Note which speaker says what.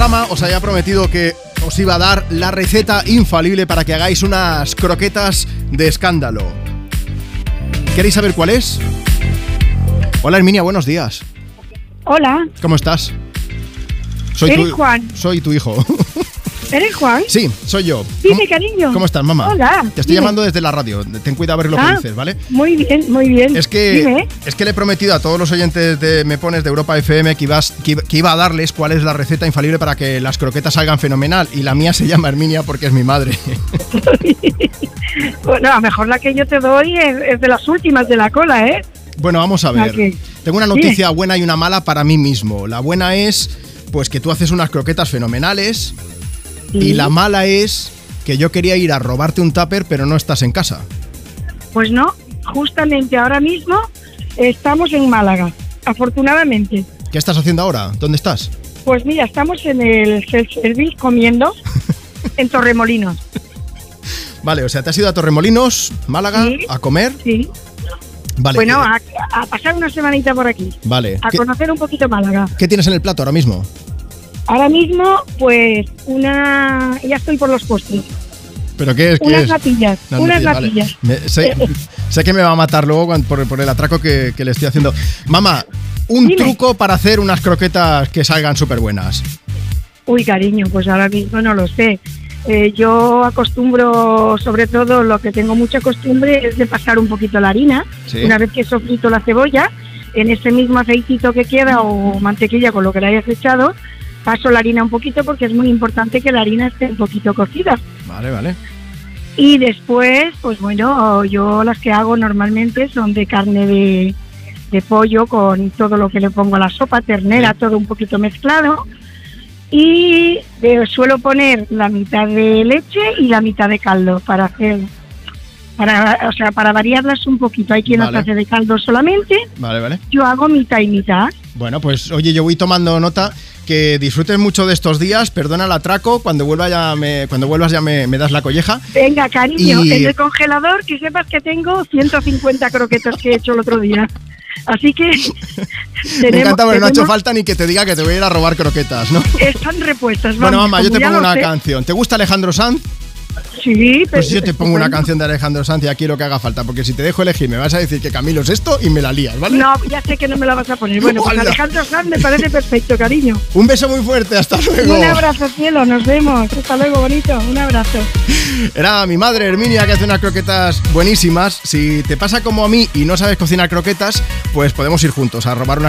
Speaker 1: programa os había prometido que os iba a dar la receta infalible para que hagáis unas croquetas de escándalo. ¿Queréis saber cuál es? Hola Herminia, buenos días.
Speaker 2: Hola,
Speaker 1: ¿Cómo estás?
Speaker 2: Eres Juan.
Speaker 1: Soy tu hijo.
Speaker 2: ¿eres Juan?
Speaker 1: sí, soy yo.
Speaker 2: Dime,
Speaker 1: ¿Cómo-
Speaker 2: cariño.
Speaker 1: ¿Cómo estás, mamá?
Speaker 2: Hola,
Speaker 1: Te estoy
Speaker 2: dime.
Speaker 1: llamando desde la radio. Ten cuidado a ver lo
Speaker 2: Ah.
Speaker 1: que dices, ¿vale?
Speaker 2: Muy bien, muy bien.
Speaker 1: Es que,
Speaker 2: Dime.
Speaker 1: es que le he prometido a todos los oyentes de Me Pones de Europa FM que, ibas- que iba- que iba a darles cuál es la receta infalible para que las croquetas salgan fenomenal. Y la mía se llama Herminia porque es mi madre.
Speaker 2: Bueno, a lo mejor la que yo te doy es, es de las últimas de la cola, ¿eh?
Speaker 1: Bueno, vamos a ver.
Speaker 2: Ok.
Speaker 1: Tengo una noticia buena y una mala para mí mismo. La buena es, pues que tú haces unas croquetas fenomenales. Y
Speaker 2: Sí.
Speaker 1: la mala es que yo quería ir a robarte un tupper, pero no estás en casa.
Speaker 2: Pues no, justamente ahora mismo estamos en Málaga, afortunadamente.
Speaker 1: ¿Qué estás haciendo ahora? ¿Dónde estás?
Speaker 2: Pues mira, estamos en el self-service comiendo en Torremolinos.
Speaker 1: Vale, o sea, te has ido a Torremolinos, Málaga,
Speaker 2: Sí.
Speaker 1: a comer.
Speaker 2: Sí.
Speaker 1: Vale.
Speaker 2: bueno,
Speaker 1: eh,
Speaker 2: a, a pasar una semanita por aquí,
Speaker 1: Vale.
Speaker 2: a
Speaker 1: ¿Qué,
Speaker 2: conocer un poquito Málaga.
Speaker 1: qué tienes en el plato ahora mismo?
Speaker 2: Ahora mismo, pues una. Ya estoy por los postres.
Speaker 1: ¿Pero qué es? ¿Qué
Speaker 2: Unas
Speaker 1: es?
Speaker 2: natillas,
Speaker 1: No,
Speaker 2: unas
Speaker 1: mentira, vale.
Speaker 2: natillas.
Speaker 1: Me-
Speaker 2: Eh.
Speaker 1: sé, sé que me va a matar luego cuan- por, por el atraco que, que le estoy haciendo. Mamá, un
Speaker 2: Dime.
Speaker 1: truco para hacer unas croquetas que salgan súper buenas.
Speaker 2: Uy, cariño, pues ahora mismo no lo sé. Eh, yo acostumbro, sobre todo, lo que tengo mucha costumbre es de pasar un poquito la harina.
Speaker 1: Sí.
Speaker 2: Una vez que sofrito la cebolla, en ese mismo aceitito que queda o mantequilla con lo que le hayas echado, paso la harina un poquito porque es muy importante que la harina esté un poquito cocida.
Speaker 1: Vale, vale.
Speaker 2: Y después, pues bueno, yo las que hago normalmente son de carne de, de pollo con todo lo que le pongo a la sopa, ternera, todo un poquito mezclado. Y eh, suelo poner la mitad de leche y la mitad de caldo para hacer, para, o sea, para variarlas un poquito. Hay quien
Speaker 1: Vale.
Speaker 2: las hace de caldo solamente,
Speaker 1: Vale, vale.
Speaker 2: yo hago mitad y mitad.
Speaker 1: Bueno, pues oye, yo voy tomando nota. Que disfrutes mucho de estos días. Perdona el atraco. Cuando, vuelva ya me, cuando vuelvas ya me, me das la colleja.
Speaker 2: Venga, cariño,
Speaker 1: Y-
Speaker 2: en el congelador que sepas que tengo 150 croquetas que he hecho el otro día. Así que
Speaker 1: Me
Speaker 2: tenemos-
Speaker 1: encanta porque no ha hecho
Speaker 2: tenemos-
Speaker 1: falta ni que te diga que te voy a ir a robar croquetas, ¿no?
Speaker 2: Están repuestas.
Speaker 1: Bueno,
Speaker 2: vamos,
Speaker 1: mamá, yo
Speaker 2: como
Speaker 1: te
Speaker 2: ya
Speaker 1: pongo
Speaker 2: lo
Speaker 1: una
Speaker 2: sé.
Speaker 1: canción. ¿Te gusta Alejandro Sanz?
Speaker 2: Sí, pero
Speaker 1: Pues yo te pongo una
Speaker 2: estupendo.
Speaker 1: canción de Alejandro Sanz y aquí lo que haga falta, porque si te dejo elegir me vas a decir que Camilo es esto y me la lías, ¿vale?
Speaker 2: No, ya sé que no me la vas a poner. Bueno, pues
Speaker 1: Hola.
Speaker 2: Alejandro Sanz me parece perfecto, cariño.
Speaker 1: Un beso muy fuerte, hasta luego.
Speaker 2: Un abrazo, cielo, nos vemos. Hasta luego, bonito. Un abrazo.
Speaker 1: Era mi madre, Herminia, que hace unas croquetas buenísimas. Si te pasa como a mí y no sabes cocinar croquetas, pues podemos ir juntos a robar unas croquetas.